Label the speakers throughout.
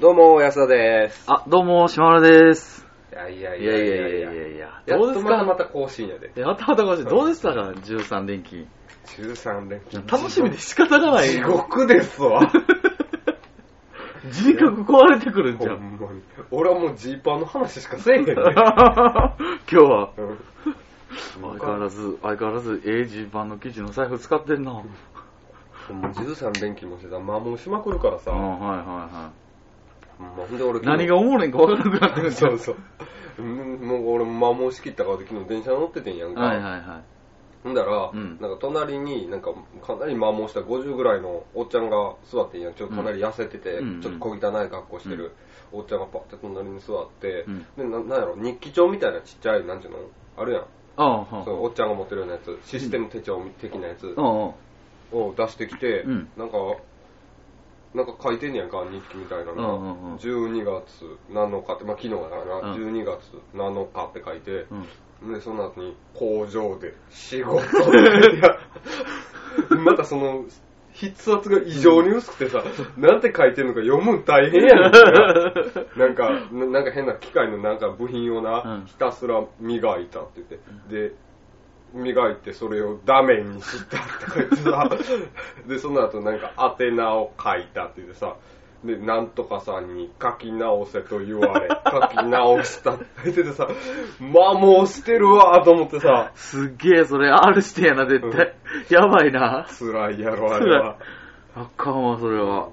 Speaker 1: どうも、安田です。
Speaker 2: あ、どうも、島村です。
Speaker 1: いやいや
Speaker 2: い
Speaker 1: い
Speaker 2: や
Speaker 1: や
Speaker 2: い
Speaker 1: いやい
Speaker 2: やい
Speaker 1: や
Speaker 2: やいやいや。
Speaker 1: や。
Speaker 2: どう
Speaker 1: やっ
Speaker 2: で
Speaker 1: と
Speaker 2: す
Speaker 1: また
Speaker 2: か
Speaker 1: また更新やで。
Speaker 2: やったことしい。どうでしたか ?13 連勤。
Speaker 1: 13連勤。
Speaker 2: 楽しみで仕方がない
Speaker 1: 地。獄です わ。
Speaker 2: 人格壊れてくるん
Speaker 1: ほ
Speaker 2: じゃん。
Speaker 1: んまに。俺はもうジーパンの話しかせえへんねん。
Speaker 2: 今日は、
Speaker 1: うん
Speaker 2: 相変わらず、相変わらず、A 字版の記事の財布使ってんな。
Speaker 1: ほんま13連勤もしてたら摩耗しまくるから
Speaker 2: う
Speaker 1: さ。
Speaker 2: ん、
Speaker 1: ほん
Speaker 2: はいは
Speaker 1: まほんで俺
Speaker 2: いはい。何がおもろいんかわからなくなってるんじゃ
Speaker 1: そ
Speaker 2: ん。
Speaker 1: うそう。うんもう俺摩耗しきったからで昨日電車乗っててんやんか。
Speaker 2: はいはいは
Speaker 1: ほんだら、
Speaker 2: うん
Speaker 1: なんか隣になんかかなり摩耗した50ぐらいのおっちゃんが座ってんやんちょっとかなり痩せてて、
Speaker 2: うん
Speaker 1: ちょっと小汚い格好してる、おっちゃんがパッて隣に座って、
Speaker 2: うん
Speaker 1: でななんやろ日記帳みたいなちっちゃいなんちゅうのあるやん、
Speaker 2: い。ああ、は
Speaker 1: そのおっちゃんが持ってるようなやつシステム手帳的なやつ
Speaker 2: あ。ああ。
Speaker 1: を出してきて、
Speaker 2: うん
Speaker 1: なんかなんか書いてんねやんか日記みたいなのが、
Speaker 2: うんうんうん
Speaker 1: 12月7日って、まあ、昨日やからな、
Speaker 2: うん
Speaker 1: 12月7日って書いて、
Speaker 2: うん。
Speaker 1: で、その後に、工場で仕事。いや、またその、筆圧が異常に薄くてさ、なんて書いてんのか読むん大変やねんなんか、ななんか変な機械のなんか部品をな、
Speaker 2: うん
Speaker 1: ひたすら磨いたって言って、で、磨いてそれをダメにしたって書いて さ、で、その後なんか宛名を書いたって言ってさ、で、なんとかさんに書き直せと言わ れ、書き直したって言っててさ、摩耗してるわと思って さ、
Speaker 2: すっげえ、それ R してやな、絶対。やばいな。
Speaker 1: 辛いやろ、あれは。っ
Speaker 2: あかんわ、それは。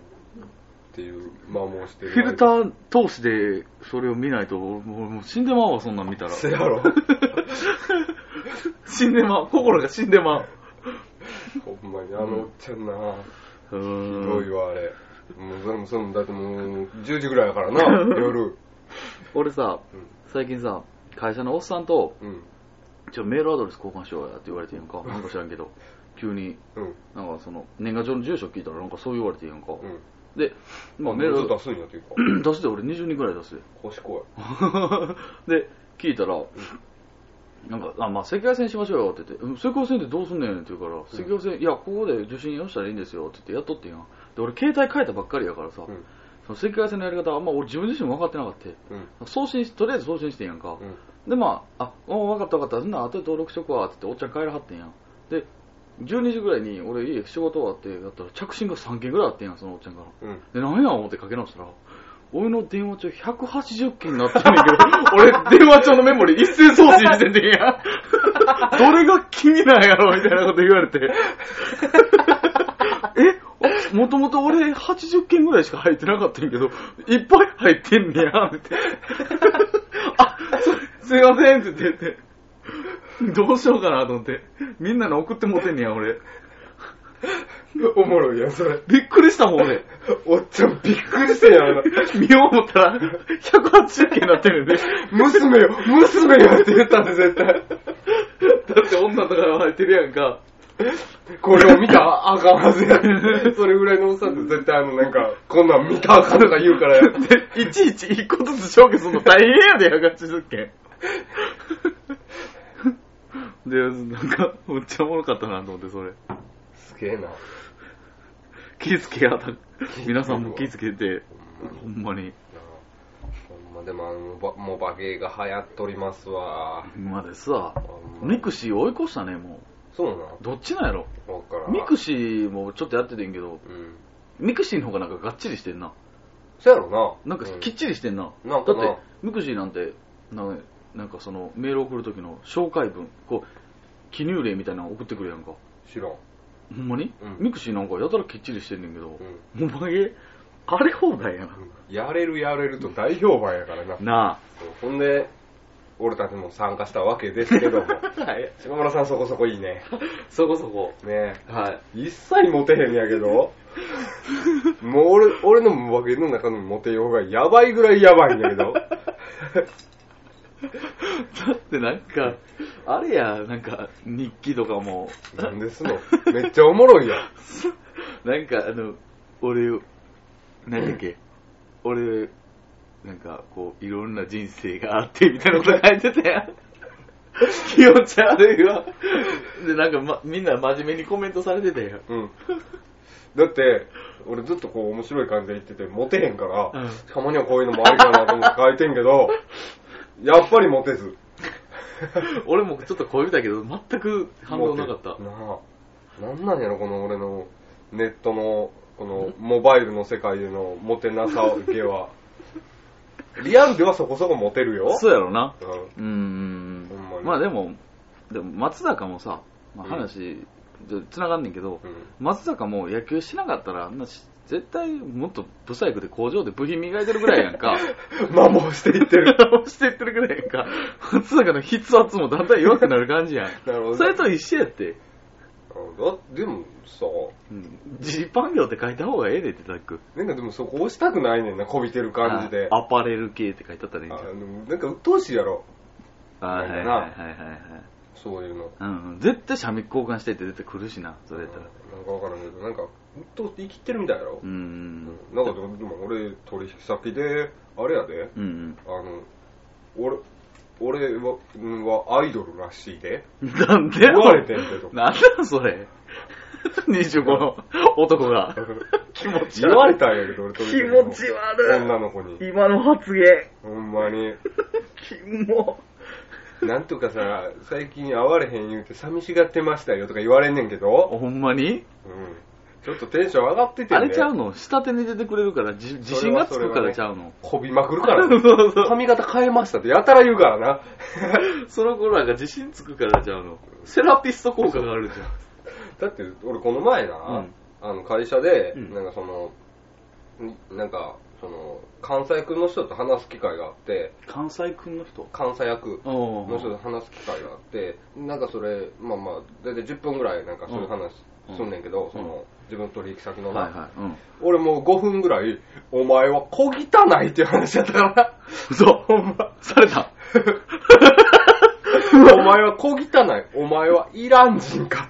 Speaker 1: ていう、摩耗してる。
Speaker 2: フィルター通しでそれを見ないと、俺もうもう死んでまうわ、そんなん見たら。
Speaker 1: せや ろ。
Speaker 2: 死んでまう。心が死んでまう。
Speaker 1: ほんまに、あのおっちゃんな、
Speaker 2: う
Speaker 1: ひ
Speaker 2: ーん
Speaker 1: どいわ、あれ。もう、それも、それも、だってもう、10時ぐらいや からな、夜。
Speaker 2: 俺さ
Speaker 1: うん、
Speaker 2: 最近さ、会社のおっさんと、
Speaker 1: うん。
Speaker 2: ちょ、メールアドレス交換しようやって言われてんやんか。なんか知らんけど、急に、
Speaker 1: うん。
Speaker 2: なんかその、年賀状の住所聞いたらなんかそう言われてんやんか。
Speaker 1: うん。
Speaker 2: で、ま
Speaker 1: ま
Speaker 2: あ
Speaker 1: あ、
Speaker 2: メ
Speaker 1: メー
Speaker 2: ール
Speaker 1: ル
Speaker 2: アド
Speaker 1: 出すんやというか。
Speaker 2: レス出して俺20人くらい出す。
Speaker 1: 賢い。
Speaker 2: で、聞いたら、なんか、あ、まあ、赤外線しましょうよって言って、うん赤外線ってどうすんねんって言うから、赤外線、いや、ここで受信をしたらいいんですよって言って、やっとってんやん。で、俺、携帯変えたばっかりやからさ、
Speaker 1: うん
Speaker 2: その赤外線のやり方、あんま俺自分自身も分かってなかった。
Speaker 1: うん。
Speaker 2: 送信し、とりあえず送信してんやんか。
Speaker 1: うん。
Speaker 2: で、まあ、あ、お分かった分かった、そんなん後で登録しとくわって言って、おっちゃん帰らはってんやん。で、12時ぐらいに俺家仕事終わって、やったら着信が3件ぐらいあってんやん、そのおっちゃんから。
Speaker 1: うん。
Speaker 2: で、何や思ってかけ直したら、俺の電話帳180件になってんねんけど、 俺電話帳のメモリ一斉送信しててんや。 どれが君なんやろみたいなこと言われて。 えもともと俺80件ぐらいしか入ってなかったんやけど、いっぱい入ってんねや、って。 あ、そすいませんって言って。どうしようかなと思って。みんなの送ってもうてんねや、俺。
Speaker 1: おもろいやん、それ。
Speaker 2: びっくりしたもん、俺。
Speaker 1: おっちゃんびっくりしてんやろな。
Speaker 2: 見よう思ったら、180件になってるんで。
Speaker 1: 娘よ、娘よって言ったんで、絶対。
Speaker 2: だって女とかが入ってるやん か。
Speaker 1: これを見たらあかんはずや。それぐらいのおっさんって絶対あの、なんか、こんなん見たらあかんとか言うからや。
Speaker 2: で、いちいち一個ずつ消去するの大変やで、180件。 で、なんか、めっちゃおもろかったなと思って、それ。
Speaker 1: すげえな。
Speaker 2: 気付けやった。皆さんも気付けて、ほんまに。
Speaker 1: なあほんまでもあのばモバゲーが流行っとりますわ
Speaker 2: 今ですわ。
Speaker 1: ほんま
Speaker 2: ミクシー追い越したね、も
Speaker 1: そうなん
Speaker 2: う。どっちなんやろ
Speaker 1: わからん
Speaker 2: ミクシーもちょっとやっててんけど、
Speaker 1: うん
Speaker 2: ミクシーの方がなんかがっちりしてんな。
Speaker 1: そうやろな
Speaker 2: なんか
Speaker 1: う
Speaker 2: きっちりしてんな。
Speaker 1: なん
Speaker 2: だ
Speaker 1: か
Speaker 2: っ
Speaker 1: な
Speaker 2: て、ミクシーなんて、ななんかその、メール送る時の紹介文、こう、記入例みたいなの送ってくるやんか。
Speaker 1: 知らん
Speaker 2: ほんまに、
Speaker 1: うん
Speaker 2: ミクシーなんかやたらきっちりしてんねんけど、
Speaker 1: うん
Speaker 2: もうお前、あれ放題やな。
Speaker 1: やれるやれると大評判やからな
Speaker 2: な
Speaker 1: そうほんで俺たちも参加したわけですけども
Speaker 2: あ。はい。
Speaker 1: 島村さんそこそこいいね
Speaker 2: そこそこ。
Speaker 1: ね
Speaker 2: はい。
Speaker 1: 一切モテへんやけどもう俺俺のモバゲーの中のモテようがやばいぐらいやばいんやけど
Speaker 2: だってなんか、あれや、なんか、日記とかも、
Speaker 1: なんですのめっちゃおもろいやん
Speaker 2: なんかあの、俺、何だっけ、俺、なんかこう、いろんな人生があってみたいなこと書いてたや ん。気持ち悪いわ。で、なんか、ま、みんな真面目にコメントされてたやん。
Speaker 1: うん。だって、俺ずっとこう面白い感じで言ってて、モテへんから、
Speaker 2: うん
Speaker 1: たまにはこういうのもありかなと思って書いてんけど、やっぱりモテず。
Speaker 2: 俺もちょっと声見たけど、全く反応なかった。
Speaker 1: なあ。なんなんやろ、この俺のネットの、このモバイルの世界でのモテなさ受け は。リアルではそこそこモテるよ。
Speaker 2: そうやろな。
Speaker 1: うん。
Speaker 2: うーん
Speaker 1: ほんま。に
Speaker 2: まあでも、でも松坂もさ、まあ、
Speaker 1: うん
Speaker 2: 話、つながんねんけど、
Speaker 1: うん
Speaker 2: 松坂も野球しなかったら、あんなし絶対もっと不細工で工場で部品磨いてるぐらいやんか。
Speaker 1: 摩耗していって る。
Speaker 2: してってるぐらいやんか。松坂の筆圧もだんだん弱くなる感じやん。
Speaker 1: なるほど。
Speaker 2: それと一緒やって。
Speaker 1: あだでもさ、
Speaker 2: うんジーパン業って書いた方がええでってタック。
Speaker 1: なんかでもそこ押したくないねんな、こびてる感じで。
Speaker 2: あアパレル系って書いてあったらいいん
Speaker 1: あ
Speaker 2: じゃん。
Speaker 1: のなんか鬱陶しいやろ、
Speaker 2: あはいはいはいはいはい。
Speaker 1: そういうの。
Speaker 2: うんうん、絶対シャミ交換してって出てくるしな、それやったら。
Speaker 1: なんかわからんけど、なんか、鬱陶生きてるみたいやろ
Speaker 2: う。ん。
Speaker 1: うんなんかでも、でも俺、取引先で、あれやで、
Speaker 2: うんうん。
Speaker 1: あの、俺、俺はうんはアイドルらしいで。
Speaker 2: なんで
Speaker 1: 言われてんけど。
Speaker 2: なんだそ れ。25の男が。気持ち悪い
Speaker 1: 言われたんやけど、俺取
Speaker 2: 気
Speaker 1: 引先の
Speaker 2: 持ち悪
Speaker 1: 女の子に。
Speaker 2: い。今の発言。
Speaker 1: ほんまに。
Speaker 2: キモ。
Speaker 1: なんとかさ、最近会われへん言うて寂しがってましたよとか言われんねんけど、
Speaker 2: ほんまに
Speaker 1: うん、ちょっとテンション上がっててね。
Speaker 2: あれちゃうの下手に出てくれるから、じ自信がつくからちゃうの。
Speaker 1: こびまくるか
Speaker 2: そ
Speaker 1: らね
Speaker 2: う。そうそう。
Speaker 1: 髪型変えましたってやたら言うからな。
Speaker 2: その頃なんか自信つくからちゃうの。セラピスト効果があるじ
Speaker 1: だって俺この前な、
Speaker 2: うん
Speaker 1: あの会社で、
Speaker 2: うん
Speaker 1: なんかその、んなんか、その、関西君の人と話す機会があって、
Speaker 2: ゃん。関西君の人
Speaker 1: 関西役
Speaker 2: お
Speaker 1: の人と話す機会があって、なんかそれ、まあまあ、だいたい10分ぐらいなんかそういう話すんねんけど、
Speaker 2: ん
Speaker 1: その、自分の取引先のな、
Speaker 2: はいはい。うん。
Speaker 1: 俺もう5分ぐらい、お前は小汚いっていう話やったから、
Speaker 2: 嘘ほんま。され た。
Speaker 1: お前は小汚い、お前はイラン人 か、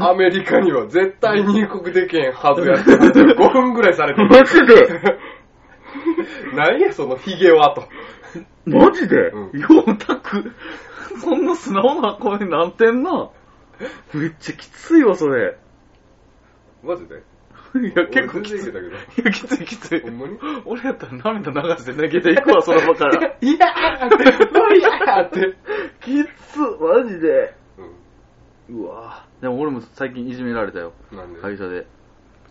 Speaker 1: アメリカには絶対入国できへんはずやって話を5分ぐらいされてる。
Speaker 2: ジで
Speaker 1: 何やそのヒゲはと。
Speaker 2: マジで
Speaker 1: う
Speaker 2: ようたく。 そんな素直な声なんてんな。めっちゃきついわ、それ。
Speaker 1: マジでい
Speaker 2: いや、結構きつい。
Speaker 1: だけど。
Speaker 2: いや、きついきつい
Speaker 1: ほ。んまに
Speaker 2: 俺やったら涙流して泣けていくわ、その場 から。
Speaker 1: いやーって、いやーって。
Speaker 2: きつ、マジで。
Speaker 1: う
Speaker 2: うわぁ。でも俺も最近いじめられたよ。
Speaker 1: ん。なんで
Speaker 2: 会社で。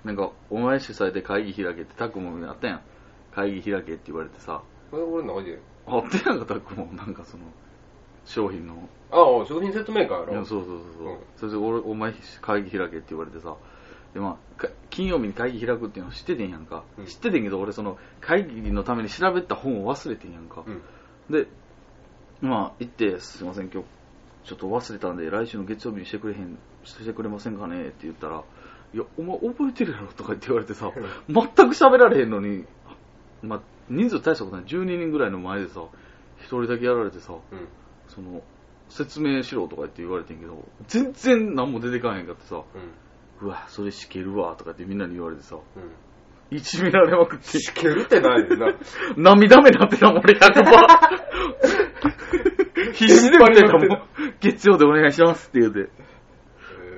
Speaker 2: なんか、お前主催で会議開けって、タックもあったやん。会議開けって言われてさ。
Speaker 1: これ俺何で
Speaker 2: あったやんか、タックも。なんかその、商品の。
Speaker 1: ああ、商品説明会や
Speaker 2: いや
Speaker 1: ろ。
Speaker 2: そうそうそうそう、
Speaker 1: うん
Speaker 2: それで俺お前会議開けって言われてさで、まあ、か金曜日に会議開くっていうの知っててんやんか、
Speaker 1: うん
Speaker 2: 知っててんけど俺その会議のために調べた本を忘れてんやんか、
Speaker 1: うん。
Speaker 2: でまあ行ってすいません今日ちょっと忘れたんで来週の月曜日にしてくれへんしてくれませんかねって言ったらいやお前覚えてるやろとか言って言われてさ全く喋られへんのに、まあ、人数大したことない12人ぐらいの前でさ一人だけやられてさ、
Speaker 1: うん。
Speaker 2: その、説明しろとか言って言われてんけど、全然何も出てかへんかって
Speaker 1: う
Speaker 2: さ、
Speaker 1: ん。
Speaker 2: うわ、それしけるわとかってみんなに言われてさ、
Speaker 1: うん。
Speaker 2: いじめられまくって、
Speaker 1: しけるってない よな。
Speaker 2: 涙目になってたもん、俺100%。必死で見てたもん。月曜でお願いしますって言うて。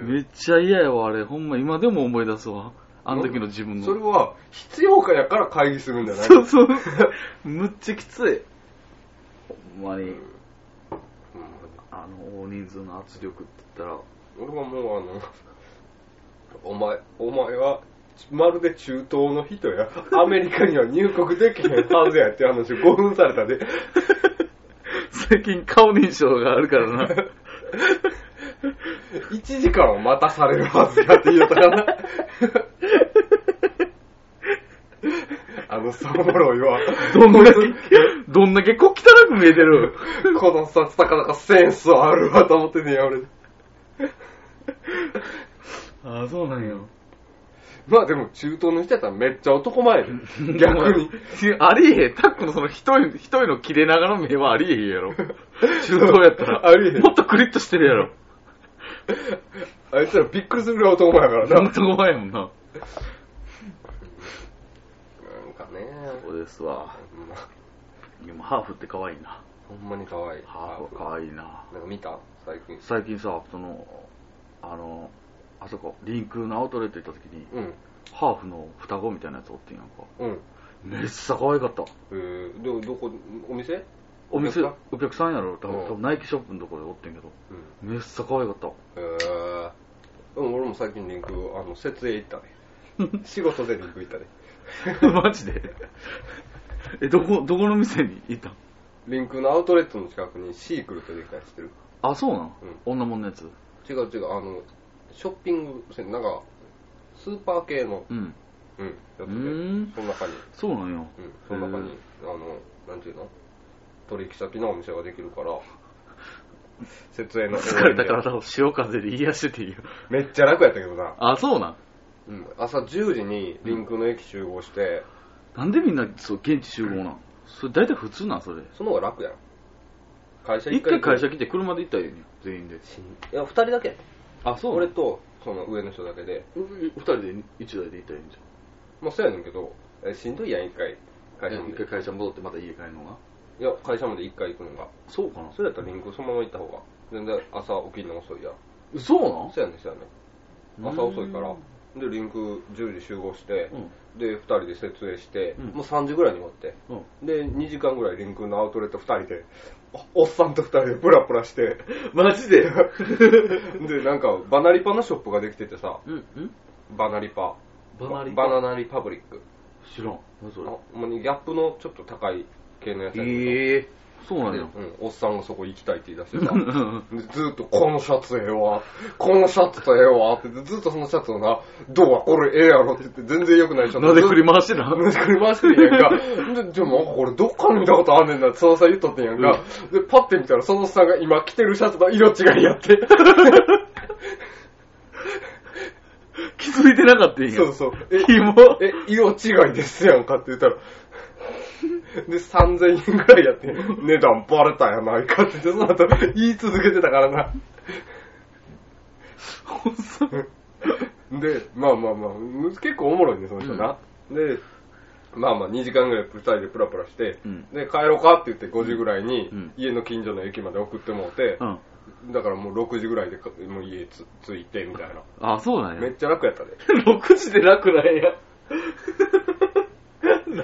Speaker 2: めっちゃ嫌やわ、あれ。ほんま、今でも思い出すわ。あの時の自分の。
Speaker 1: それは、必要かやから会議するんじゃない
Speaker 2: そ うそう。むっちゃきつい。ほんま
Speaker 1: うん
Speaker 2: に
Speaker 1: うん、
Speaker 2: あの、大人数の圧力って言ったら、
Speaker 1: 俺はもうあの、お前、お前は、まるで中東の人や、アメリカには入国できへんはずやって話を5分されたで。
Speaker 2: 最近顔認証があるからな。
Speaker 1: 1時間は待たされるはずやって言うたらな。あのさ、おもろいわ。
Speaker 2: どんだけ、どんだけこう汚く見えてる。
Speaker 1: このさ、たかなかセンスあるわと思ってんねや、俺。
Speaker 2: ああ、そうなんや。
Speaker 1: まあでも、中東の人やったらめっちゃ男前やで。逆に。。
Speaker 2: ありえへん。タックのその一重、一重の切れながらの目はありえへんや ろ。中東やったら。
Speaker 1: ありえへん
Speaker 2: もっとクリッとしてるやろ。
Speaker 1: あいつらびっくりするぐらい男前やからな。
Speaker 2: なんとこ前やもんな。
Speaker 1: なんかね、
Speaker 2: そうですわ。
Speaker 1: ほんま
Speaker 2: 今、ハーフって可愛いな。
Speaker 1: ほんまに可愛い。
Speaker 2: ハーフ可愛いな。
Speaker 1: なんか見た最近。
Speaker 2: 最近さ、その、あの、あそこ、リンクのアウトレット行った時に、
Speaker 1: うん。
Speaker 2: ハーフの双子みたいなやつおってんやんか。
Speaker 1: うん。
Speaker 2: めっさ可愛かった。
Speaker 1: えー、でもどこ、お店
Speaker 2: お店、
Speaker 1: お客さ
Speaker 2: お客さんやろ、多
Speaker 1: うん
Speaker 2: 分多分ナイキショップのとこでおってんけど、
Speaker 1: うん。
Speaker 2: めっさ可愛かった。
Speaker 1: えー、でも俺も最近リンク、あの、設営行ったね。 仕事でリンク行ったね。
Speaker 2: マジで え、どこ、どこの店にいたん
Speaker 1: リンクのアウトレットの近くにシークルってできたりしてる
Speaker 2: あ、そうなん、
Speaker 1: うん
Speaker 2: 女物のやつ。
Speaker 1: 違う違う、あの、ショッピングセンなんか、スーパー系の、
Speaker 2: うん。
Speaker 1: うん、やつで、
Speaker 2: うーん
Speaker 1: その中に、
Speaker 2: そうなんや。
Speaker 1: うん、その中に、あの、なんていうの取引先のお店ができるから、 設営の応援で
Speaker 2: 疲れた体を潮風で癒してていいよ。
Speaker 1: めっちゃ楽やったけどな。
Speaker 2: あ、そうなん
Speaker 1: うん、朝10時にリンクの駅集合して、
Speaker 2: なんでみんな、そう、現地集合なんそれ大体普通なんそれ。
Speaker 1: その方が楽やん。会社
Speaker 2: 一
Speaker 1: 一
Speaker 2: 回
Speaker 1: 回
Speaker 2: 会社来て車で行ったらいいねん全員で。
Speaker 1: しんいや、二人だけ。
Speaker 2: あ、そ
Speaker 1: 俺と、その上の人だけで。
Speaker 2: 二人で一台で行ったらいいんじ
Speaker 1: まあ、そうやねんけど、えしんどいやん、一回。
Speaker 2: ゃ
Speaker 1: 会社
Speaker 2: ん。
Speaker 1: ま
Speaker 2: 一
Speaker 1: で
Speaker 2: 回。会社戻ってまた家帰るのが。
Speaker 1: いや、会社まで一回行くのが。
Speaker 2: そうかな
Speaker 1: それやったらリンクそのまま行った方が。全然朝起きるの遅いやん。
Speaker 2: そう
Speaker 1: そうやねん、そうやねん。朝遅いから。で、リンク10時集合して、
Speaker 2: うん
Speaker 1: で、二人で設営して、
Speaker 2: うん
Speaker 1: もう3時ぐらいに終わって。
Speaker 2: うん。うん。
Speaker 1: で、2時間ぐらいリンクのアウトレット2人で、おおっさんと2人でプラプラして、
Speaker 2: マジで
Speaker 1: で、なんか、バナリパのショップができててさ、
Speaker 2: うん、うん
Speaker 1: バナリパ。
Speaker 2: バナリパ
Speaker 1: バナナリパブリック。
Speaker 2: 知らん。何それ
Speaker 1: あほんまにギャップのちょっと高い系のやつやねんけど
Speaker 2: ええそうなん
Speaker 1: で
Speaker 2: や。
Speaker 1: うん、おっさんがそこ行きたいって言い 出して
Speaker 2: う
Speaker 1: さ
Speaker 2: ん、うん
Speaker 1: でずっとこのシャツええわ、このシャツええわって、ずっとそのシャツをな、どうはこれええやろって言って、全然良くないシャツ。
Speaker 2: なんで振り
Speaker 1: 回
Speaker 2: 回してな
Speaker 1: なんで振り回してんやんか。で、じゃあなんかこれどっかで見たことあんねんなって、そのさ言っとってんやんか。で、パッて見たらそのおっさんが今着てるシャツの色違いやって。
Speaker 2: 気づいてなかったんや。
Speaker 1: そうそう。え、
Speaker 2: キモ
Speaker 1: え、色違いですやんかって言ったら、で、3000円ぐらいやって、値段バレたやないかって言って、その後言い続けてたからな。
Speaker 2: ほんそ
Speaker 1: で、まあまあまあ、む結構おもろいね、その人な。で、まあまあ2時間ぐらい2人でプラプラして、
Speaker 2: うん
Speaker 1: で、帰ろうかって言って5時ぐらいに
Speaker 2: うん
Speaker 1: 家の近所の駅まで送ってもうて
Speaker 2: う、ん。
Speaker 1: だからもう6時ぐらいでかもう家つ着いてみたいな。
Speaker 2: あ、そうなん
Speaker 1: め
Speaker 2: や
Speaker 1: っ。ちゃ楽や ったで。
Speaker 2: 6時で楽なんや。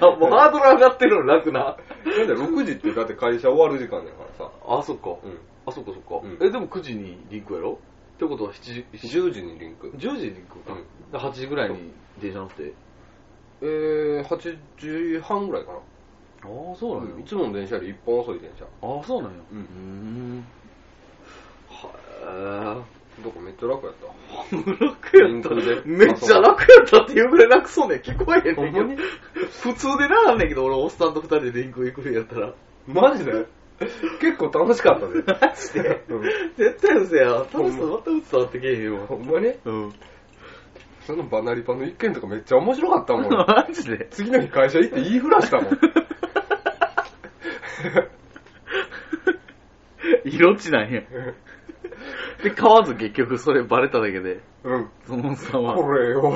Speaker 2: な、もうハードル上がってるの楽な。
Speaker 1: なんで6時ってだって会社終わる時間だからさ、
Speaker 2: あ、そっか。
Speaker 1: うん、
Speaker 2: あ、そっかそっか。
Speaker 1: うん
Speaker 2: え、でも9時にリンクやろってことは7時、10
Speaker 1: 10時にリンク。
Speaker 2: 時にリンクか。
Speaker 1: うん
Speaker 2: で8時ぐらいに電車乗って。
Speaker 1: えー、8時半ぐらいかな。
Speaker 2: ああ、そうなんや。
Speaker 1: いつもの電車より1本遅い電車。
Speaker 2: ああ、そうなんや。
Speaker 1: うん
Speaker 2: ん。は
Speaker 1: どこめっちゃ楽やった。
Speaker 2: え。楽やった
Speaker 1: リンクで
Speaker 2: めっちゃ楽やったっていうぐらい楽そうね。聞こえへん
Speaker 1: ほ
Speaker 2: ね
Speaker 1: ん
Speaker 2: ん
Speaker 1: ま
Speaker 2: け
Speaker 1: に
Speaker 2: ど。普通でならんねんけど、俺、おっさんと二人でリンク行くんやったら。
Speaker 1: マジで結構楽しかった で。
Speaker 2: マジで
Speaker 1: うん
Speaker 2: 絶対うせや。楽しさ全く伝わってけえへんわ。
Speaker 1: ほんまに
Speaker 2: うん。
Speaker 1: そのバナリパの一件とかめっちゃ面白かったも ん。
Speaker 2: マジで
Speaker 1: 次の日会社行って言いふらした もん。
Speaker 2: 色地 なんや。で、買わず結局それバレただけで、
Speaker 1: うん。
Speaker 2: そのおっさんは、
Speaker 1: これよ。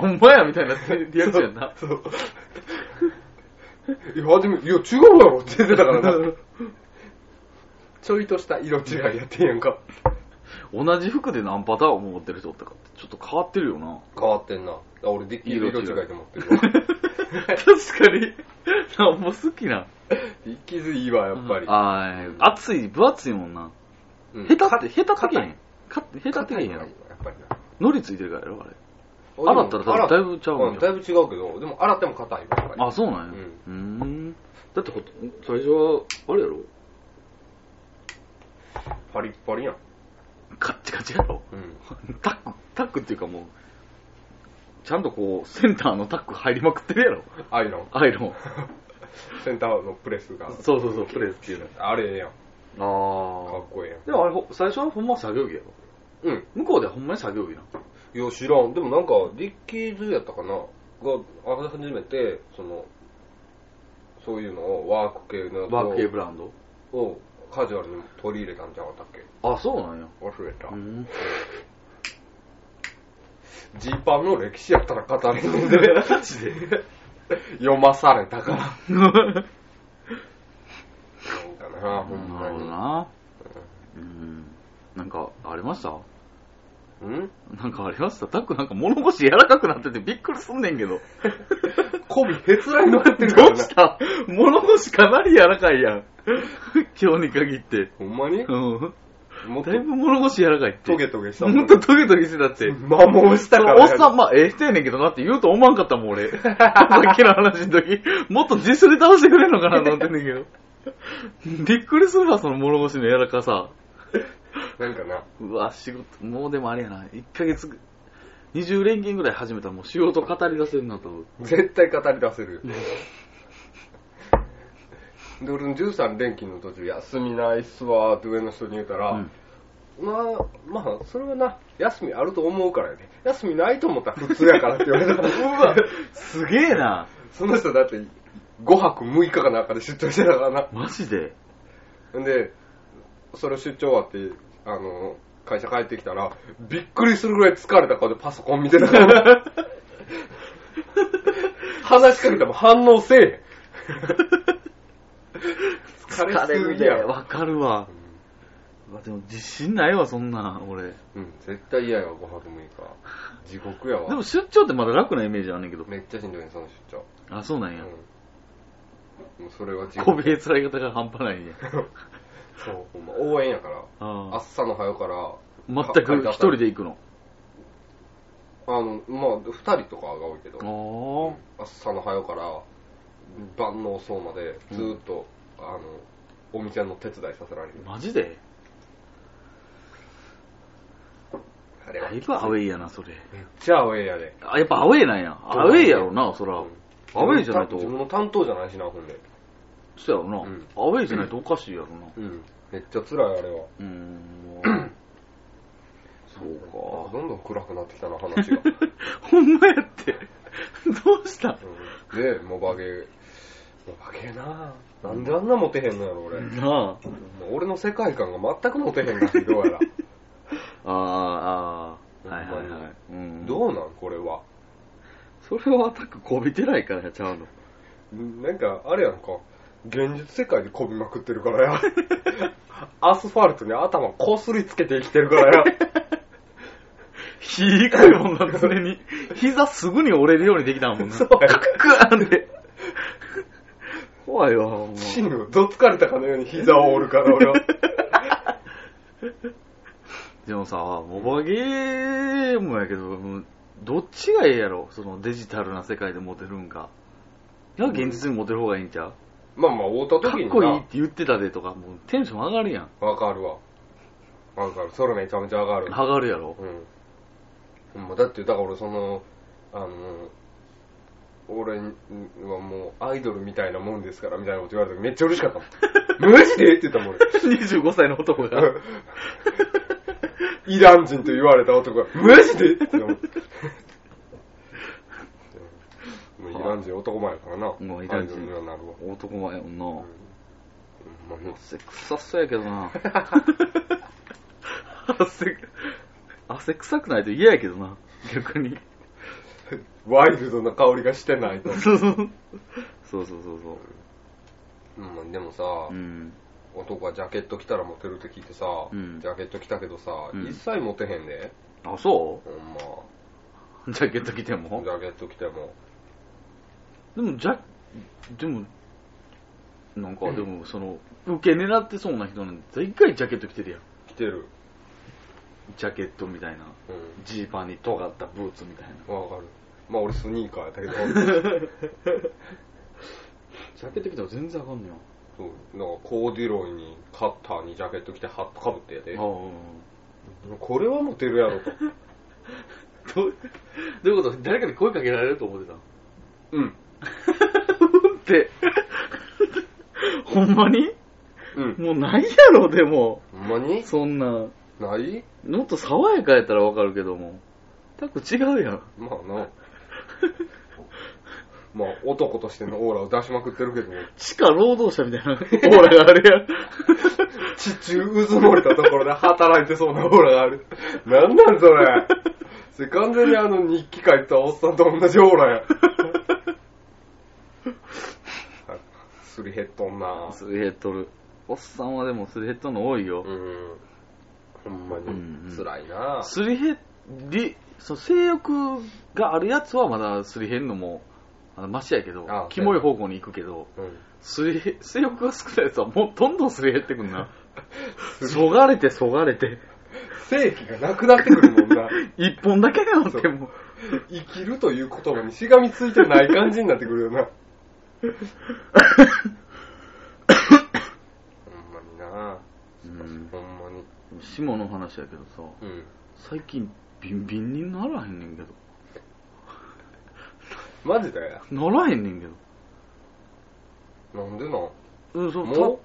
Speaker 2: ほんまやみたいなリアクションやんな。
Speaker 1: そう。いや、でも、いや、違うやろって言ってたからな。 ちょいとした色違いやってんやんか。
Speaker 2: 同じ服で何パターン持ってる人おったかって、ちょっと変わってるよな。
Speaker 1: 変わってんな。あ俺、ディッキー色
Speaker 2: 色違い
Speaker 1: 違いで持 ってるわ。
Speaker 2: 確かに。なんも好きな。
Speaker 1: ディッキーズいいわ、やっぱり。
Speaker 2: あー熱い、分厚いもんな。
Speaker 1: うん
Speaker 2: ヘタって、ヘタってけへん。かヘタって
Speaker 1: 硬
Speaker 2: けへ
Speaker 1: い
Speaker 2: ん
Speaker 1: な
Speaker 2: や
Speaker 1: や
Speaker 2: ろ
Speaker 1: っ。ぱりな。
Speaker 2: のりついてるからやろ、あれ。
Speaker 1: あでも
Speaker 2: 洗ったら多分だいぶちゃうんや
Speaker 1: んだいぶ違うけど、でも洗っても硬いわ、やっぱり。
Speaker 2: あ、そうなんや。うーん。だってほ、最初は、あれやろ
Speaker 1: パリッパリやん。
Speaker 2: カッチカチやろ
Speaker 1: うん。
Speaker 2: タック、タックっていうかもう、ちゃんとこう、センターのタック入りまくってるやろ。
Speaker 1: アイロン。
Speaker 2: アイロン。
Speaker 1: センターのプレスが。
Speaker 2: そうそうそう、プレスっていうの。
Speaker 1: あれええやん。か
Speaker 2: あ
Speaker 1: っこえ
Speaker 2: あ。
Speaker 1: え
Speaker 2: でもあれほ、最初はほんま作業着やろ。
Speaker 1: やん。
Speaker 2: 向こうではほんまに作業着な。
Speaker 1: うん。いや、知らん。でもなんか、リッキーズやったかなが、あ初めて、その、そういうのを、ワーク系のやつを
Speaker 2: ワーク系ブランド。
Speaker 1: をカジュアルに取り入れたんじゃなかったっけ
Speaker 2: あ、そうなんや。
Speaker 1: 忘れた
Speaker 2: う。ん。
Speaker 1: ジーパンの歴史やったら語れるんで、
Speaker 2: マジで
Speaker 1: 読まされたから。
Speaker 2: な
Speaker 1: なんかな、ほんま
Speaker 2: るほ
Speaker 1: に
Speaker 2: ど。な。うん。なんか、ありました
Speaker 1: うん
Speaker 2: なんかありましたタックなんか物腰柔らかくなっててびっくりすんねん けど。
Speaker 1: コビへつらに乗ってるか
Speaker 2: ど
Speaker 1: ら
Speaker 2: う
Speaker 1: な
Speaker 2: し。た物腰かなり柔らかいやん。 今日に限って。
Speaker 1: ほんまに
Speaker 2: うん。
Speaker 1: もっと
Speaker 2: だいぶ物腰柔らかいって。
Speaker 1: トゲトゲした
Speaker 2: ほんとトゲトゲしてたって。
Speaker 1: 摩耗したから
Speaker 2: おっさん、まあ、ええ人やねんけどなって言うと思わんかったもん、 俺。さっきの話の時、もっと実で倒してくれんのかなと思ってんねん けど。びっくりするわ、その物腰の柔らかさ。
Speaker 1: なんかな、
Speaker 2: うわ、仕事、もうでもあれやな、1ヶ月ぐ、20連勤ぐらい始めたらもう仕事語り出せるなと思う。
Speaker 1: 絶対語り出せる。で、俺の13連勤の途中、休みないっすわーって上の人に言うたら、
Speaker 2: うん
Speaker 1: まあ、まあ、それはな、休みあると思うからやで、休みないと思ったら普通やからって言われた。
Speaker 2: すげえな。
Speaker 1: その人だって、5泊6日かなんかで出張してたからな。
Speaker 2: マジで。
Speaker 1: んで、それ出張終わって、あの、会社帰ってきたら、びっくりするぐらい疲れた顔でパソコン見て たから。話しかけても反応せえへん。疲れすぎや
Speaker 2: ね
Speaker 1: ろ。
Speaker 2: わかるわ。うわでも自信ないわ、そんなん、俺。で
Speaker 1: うん、絶対嫌やわ、5泊6日。地獄やわ。
Speaker 2: も出張ってまだ楽なイメージあんねんけど。
Speaker 1: めっちゃしんどいね、その出張。
Speaker 2: あ、そうなん
Speaker 1: うん
Speaker 2: や。。
Speaker 1: もうそれは地
Speaker 2: こ
Speaker 1: 獄。
Speaker 2: びえ辛い方が半端ないね。
Speaker 1: そう、ほんま応援やから。
Speaker 2: ああ。
Speaker 1: 朝の早うから、
Speaker 2: 全く一人で行くの。
Speaker 1: あの、まあ、2人とかが多いけど。
Speaker 2: あ
Speaker 1: 朝の早うから万能そうまでずーっと、あのお店の手伝いさせられる
Speaker 2: あ。マジで
Speaker 1: あれは
Speaker 2: だいぶアウェイやな、それ。
Speaker 1: めっちゃアウェイやで
Speaker 2: あ、やっぱアウェイなんや。アウェイやろな、そら。アウェイじゃないと
Speaker 1: 自分の担当じゃないしなほんで
Speaker 2: そうやろな、
Speaker 1: うん
Speaker 2: アウェイじゃないとおかしいやろな。
Speaker 1: うんめっちゃ辛いあれは
Speaker 2: うーん。そう
Speaker 1: あ
Speaker 2: か。
Speaker 1: どんどん暗くなってきたな話 が、
Speaker 2: ほんまやって。どうした
Speaker 1: うん、でモバゲーモバゲーなぁなんであんなモテへんのやろ俺
Speaker 2: な
Speaker 1: 俺の世界観が全くモテへんからどうやら
Speaker 2: あ。ああ、ああ。はいはい
Speaker 1: ほんま
Speaker 2: はい
Speaker 1: に。
Speaker 2: うん
Speaker 1: どうなんこれは
Speaker 2: それはアタックこびてないからやちゃうの。
Speaker 1: なんか、あれやんか、現実世界でこびまくってるからや。 アスファルトに頭こすりつけて生きてるからや。
Speaker 2: ひいかいもんな、常に。膝すぐに折れるようにできたもんな。
Speaker 1: そう
Speaker 2: カクカンって。怖いわ、ほんま。
Speaker 1: シング、どつかれたかのように膝を折るから 俺は。
Speaker 2: でもさ、モバゲームやけど、うんどっちがええやろそのデジタルな世界でモテるんか。いや、現実にモテる方がいいんちゃう、
Speaker 1: まあまあ、会うた
Speaker 2: か
Speaker 1: 時
Speaker 2: っ
Speaker 1: に
Speaker 2: こいいっ
Speaker 1: な
Speaker 2: て、言ってたでとか、もうテンション上がるやん。
Speaker 1: わかるわ。わかる。それめちゃめちゃ上がる。
Speaker 2: 上がるやろ
Speaker 1: うん。ほんまだって、だから俺その、あの、俺はもうアイドルみたいなもんですからみたいなこと言われた時めっちゃ嬉しかったもん。 マジでって言ったもん俺。
Speaker 2: 25歳の男 が。
Speaker 1: イラン人と言われた男が、マジでって思って。もうイラン人男前やからな。
Speaker 2: もうイラ
Speaker 1: ア
Speaker 2: ン人
Speaker 1: イドルにはなるわ。
Speaker 2: 男前やもんな。
Speaker 1: ほんまに
Speaker 2: 汗臭そうやけどな。 汗、汗臭くないと嫌やけどな。逆に。
Speaker 1: ワイルドな香りがしてないと。
Speaker 2: そうそうそうそうそ
Speaker 1: うん、でもさ、
Speaker 2: う。うん。
Speaker 1: 男はジャケット着たらモテるって聞いてさ、
Speaker 2: うん
Speaker 1: ジャケット着たけどさ、
Speaker 2: うん
Speaker 1: 一切モテへんで。
Speaker 2: あ、そ
Speaker 1: ほんま。
Speaker 2: うジャケット着ても
Speaker 1: ジャケット着ても。
Speaker 2: でも、じゃ、でも、なんか、でも、その、受け狙ってそうな人なんて、一回ジャケット着てるやん。
Speaker 1: 着てる。
Speaker 2: ジャケットみたいな。
Speaker 1: う
Speaker 2: ジーパンに尖ったブーツみたいな。
Speaker 1: ん。わかる。まあ俺スニーカーやった けど。
Speaker 2: ジャケット着たら全然あかんのよ。
Speaker 1: そうなんかコーデュロイにカッターにジャケット着てハットかぶってやで。
Speaker 2: あ
Speaker 1: これはモテるやろと。
Speaker 2: あ。どう どういうこと誰かに声かけられると 思ってた
Speaker 1: うん。
Speaker 2: うんって。ほんまに
Speaker 1: うん。
Speaker 2: もうないやろ、でも。
Speaker 1: ほんまに
Speaker 2: そんな。
Speaker 1: ない
Speaker 2: もっと爽やかやったらわかるけども。たく違うやん。
Speaker 1: まあな。 まあ男としてのオーラを出しまくってるけども、
Speaker 2: 地下労働者みたいな オーラがあるやん。
Speaker 1: 地中渦漏れたところで働いてそうなオーラがある。なんなんそれ。それ完全にあの日記書いてたおっさんと同じオーラや。あすり減っとんな
Speaker 2: すり減っとる。おっさんはでもすり減っとるの多いよ。
Speaker 1: うん。ほんま
Speaker 2: うんう
Speaker 1: に
Speaker 2: ん
Speaker 1: 辛いな
Speaker 2: すり減っりそう性欲があるやつはまだすり減んのもあのマシやけど
Speaker 1: あ
Speaker 2: キモい方向に行くけど
Speaker 1: うん。
Speaker 2: すり性欲が少ないやつはもうどんどんすり減ってく んなそがれてそがれて
Speaker 1: 正気がなくなってくるもんな。
Speaker 2: 一本だけがなっても
Speaker 1: 生きるという言葉にしがみついてない感じになってくるよな。ほんまにな
Speaker 2: うん
Speaker 1: ほんまに。
Speaker 2: 下の話やけどさ
Speaker 1: うん。
Speaker 2: 最近ビンビンにならへんねんけど
Speaker 1: マジで
Speaker 2: ならへんねんけど
Speaker 1: なんでなん
Speaker 2: うんそ
Speaker 1: も
Speaker 2: う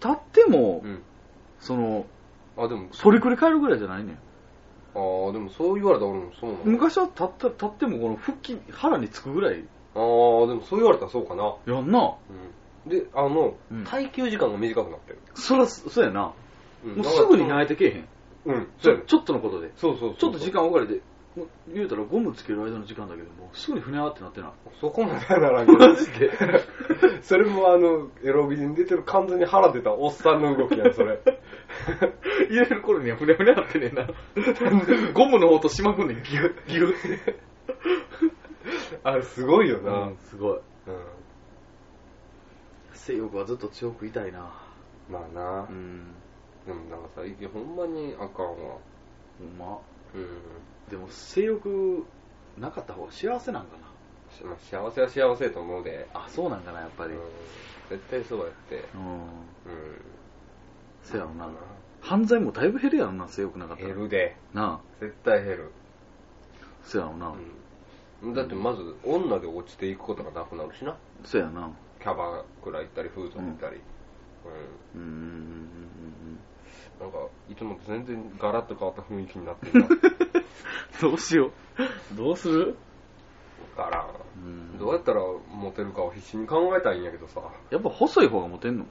Speaker 2: た立っても、
Speaker 1: うん。
Speaker 2: その
Speaker 1: あ、でも、
Speaker 2: それくり返るぐらいじゃないねん
Speaker 1: ああ、でもそう言われたら俺もそうなの。
Speaker 2: 昔は立った立ってもこの腹筋腹につくぐらい
Speaker 1: ああ、でもそう言われたらそうかな。
Speaker 2: やんな
Speaker 1: うん。で、あの
Speaker 2: うん、
Speaker 1: 耐久時間が短くなってる。
Speaker 2: そらそうやな、
Speaker 1: うん
Speaker 2: もうすぐに
Speaker 1: い。
Speaker 2: 泣いてけえへん
Speaker 1: うん。
Speaker 2: ち
Speaker 1: そうや
Speaker 2: ょ
Speaker 1: ね
Speaker 2: ちょっとのことで
Speaker 1: そうそうそう。
Speaker 2: ちょっと時。間置かれてもう言うたらゴムつける間の時間だけどもうすぐにふにゃーってなって ない
Speaker 1: そこまではならんけど。
Speaker 2: マジで
Speaker 1: それもあの、エロビに出てる完全に腹出たおっさんの動きやん、それ。
Speaker 2: 入れる頃にはふにゃふにゃなってねえな ゴムの方としまくんねんギュッギュッて
Speaker 1: あれすごいよ
Speaker 2: う
Speaker 1: な。
Speaker 2: んすごい
Speaker 1: うん。
Speaker 2: 性欲はずっと強くいたいな
Speaker 1: まあな
Speaker 2: う。ん
Speaker 1: でもなんかさ、いやほんまにあかんわ。
Speaker 2: ほんま
Speaker 1: うん。
Speaker 2: でも性欲なかった方が幸せなんかな
Speaker 1: しまあ幸せは幸せやと思うで。
Speaker 2: あそうなんかなやっぱ
Speaker 1: う
Speaker 2: り
Speaker 1: ん。絶対そうやって。
Speaker 2: うん
Speaker 1: うん。
Speaker 2: せやろな犯罪もだいぶ減るやろな性欲なかったら
Speaker 1: 減るで。
Speaker 2: なあ
Speaker 1: 絶対減る。
Speaker 2: せやろな、
Speaker 1: うん。だってまず、女で落ちていくことがなくなるしな。
Speaker 2: せやな
Speaker 1: キャバクラ行ったり、フード行ったり。うん
Speaker 2: うんうんうん
Speaker 1: なんか、いつもと全然ガラッと変わった雰囲気になってるな。
Speaker 2: うんどうしようどうする、
Speaker 1: から、
Speaker 2: うん、
Speaker 1: どうやったらモテるかを必死に考えたいんやけどさ、
Speaker 2: やっぱ細い方がモテんの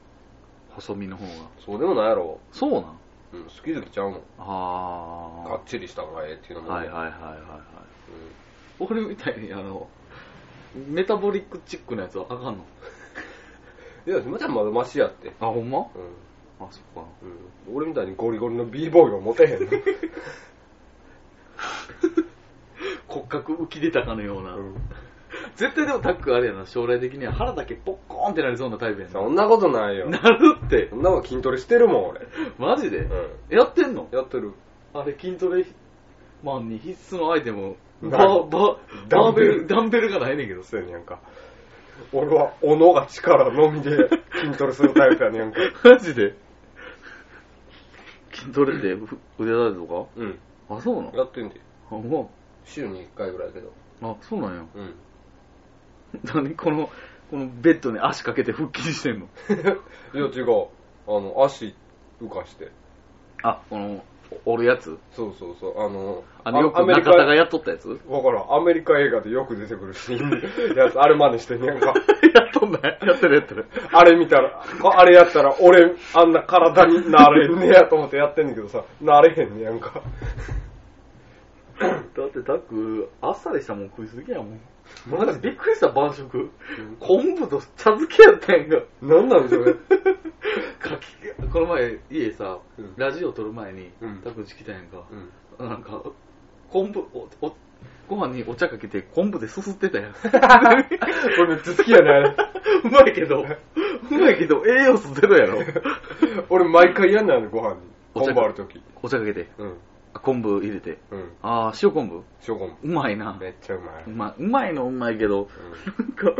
Speaker 2: 細身の方が
Speaker 1: そうでもないやろ。
Speaker 2: そうなん
Speaker 1: うん、好き好きちゃうの。が
Speaker 2: あ
Speaker 1: っちりした方がええっていうの
Speaker 2: あ
Speaker 1: も。
Speaker 2: はいはい
Speaker 1: い。
Speaker 2: はいはいはい俺みたいにあのメタボリックチックなやつはあかんの
Speaker 1: うん、いや、まだまだマシやって。
Speaker 2: あほんま
Speaker 1: うん。
Speaker 2: あそっか
Speaker 1: うん、俺みたいにゴリゴリの b ボーイはモテへんの。
Speaker 2: 骨格浮き出たかのような、
Speaker 1: うん
Speaker 2: 絶対でもタックあれやな将来的には腹だけポッコーンってなりそうなタイ プやな
Speaker 1: そんなことないよ
Speaker 2: な。るって
Speaker 1: そんなもん筋トレしてるもん、俺。
Speaker 2: マジで、
Speaker 1: うん。
Speaker 2: やってんの
Speaker 1: やってる。
Speaker 2: あれ筋トレマンに必須のアイテム
Speaker 1: ない
Speaker 2: バーバー
Speaker 1: ダ
Speaker 2: バー
Speaker 1: ン
Speaker 2: ベ
Speaker 1: ベ
Speaker 2: ル
Speaker 1: ル
Speaker 2: ダンベルがないねんけど
Speaker 1: そうやねやんか。俺は、斧が力のみで筋トレするタイプやねやんか。
Speaker 2: マジで筋トレでふ腕立てと
Speaker 1: うん。
Speaker 2: かあそうなの
Speaker 1: やってんで。
Speaker 2: あも
Speaker 1: 週に1回ぐらいやけど。
Speaker 2: うあそうなんや
Speaker 1: うん。
Speaker 2: 何このこのベッドに足かけて腹筋してんの
Speaker 1: いや違う。あの、足浮かして。
Speaker 2: あこのお折るやつ
Speaker 1: そうそうそう。あの、
Speaker 2: あのよく
Speaker 1: アメリ
Speaker 2: 中
Speaker 1: カ、
Speaker 2: 田がやっとったやつ や
Speaker 1: わからん。アメリカ映画でよく出てくるシーン。やつ、あれ真似してんねやんか。
Speaker 2: っとんないやってるやってる
Speaker 1: あれ見たら、ああれやったら俺、あんな体になれんねやと思ってやってんねんけどさ、なれへんねやんか。
Speaker 2: だってタックあっさりしたもん食いすぎやもん
Speaker 1: マジで
Speaker 2: びっくりした晩食昆布と茶漬けやったんやんか
Speaker 1: なんなんそれ。
Speaker 2: かきこの前家さ、
Speaker 1: うん
Speaker 2: ラジオ撮る前に、
Speaker 1: うん
Speaker 2: タクチ来たやんか、
Speaker 1: うん。
Speaker 2: なんか昆布おおご飯にお茶かけて昆布ですすって たやん
Speaker 1: 俺めっちゃ好きやね、あれ。
Speaker 2: うまいけどうまいけど栄養素ゼロやろ
Speaker 1: 俺毎回やんないの、ご飯に。
Speaker 2: お茶
Speaker 1: 昆布あるとき。
Speaker 2: お茶かけて
Speaker 1: うん。
Speaker 2: あ昆布入れて
Speaker 1: うん。
Speaker 2: ああ塩昆布
Speaker 1: 塩昆
Speaker 2: うまいな。
Speaker 1: 布。めっちゃうまいう
Speaker 2: まいうまいのうまいけど
Speaker 1: う
Speaker 2: なんか
Speaker 1: ん。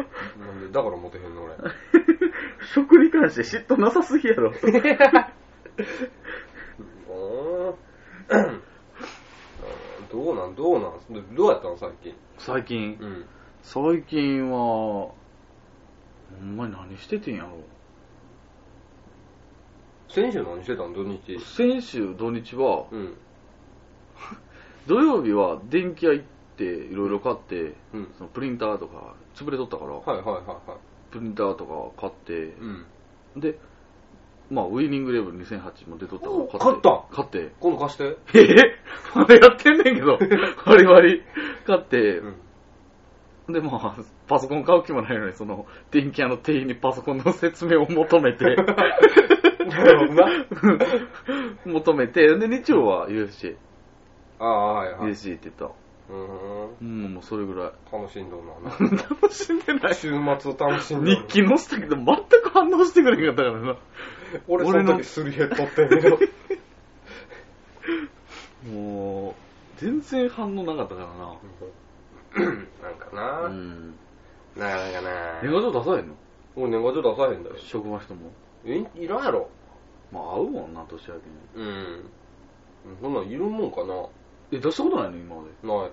Speaker 1: なんで、だからモテへんの 俺。
Speaker 2: 食に関して嫉妬なさすぎやろ
Speaker 1: うーんどうなんどうなんどうやったの最近。
Speaker 2: 最近
Speaker 1: うん。
Speaker 2: 最近はほんまに何しててんやろ
Speaker 1: 先週何してたの土日。
Speaker 2: 先週土日は
Speaker 1: うん。
Speaker 2: 土曜日は電気屋行っていろいろ買って
Speaker 1: うん。
Speaker 2: そのプリンターとか潰れとったから、
Speaker 1: はいはいはいは
Speaker 2: プリンターとか買って
Speaker 1: い。、うん。
Speaker 2: でまあウィニングレブル2008も出とった
Speaker 1: お
Speaker 2: から買って買って
Speaker 1: 今度貸して。
Speaker 2: ええまだやってんねん けどバリバリ買って
Speaker 1: うん。
Speaker 2: でまあパソコン買う気もないのにその電気屋の店員にパソコンの説明を求め
Speaker 1: な
Speaker 2: て
Speaker 1: るほどな。
Speaker 2: 求めてで日曜は UFC
Speaker 1: ああ、はいはい。
Speaker 2: 嬉しいって言った。
Speaker 1: うーん。
Speaker 2: うん、もうそれぐらい。
Speaker 1: 楽しんどんな。
Speaker 2: 楽しんでない
Speaker 1: 週末を楽しんどんな
Speaker 2: 日。記載せたけど、全く反応してくれへんかったからな。
Speaker 1: 俺その時すり減っとってんけ ど。
Speaker 2: もう、全然反応なかったからな。
Speaker 1: なんかな、
Speaker 2: うん。
Speaker 1: なかなかな
Speaker 2: 年賀状出さへんの
Speaker 1: もう年賀状出さへんだよ。
Speaker 2: 職場の人も。
Speaker 1: え、いらんやろ。
Speaker 2: まあ、合うもんな、年明けに。
Speaker 1: うん。そんなんいるもんかな
Speaker 2: え、出したことないの今まで。
Speaker 1: ない。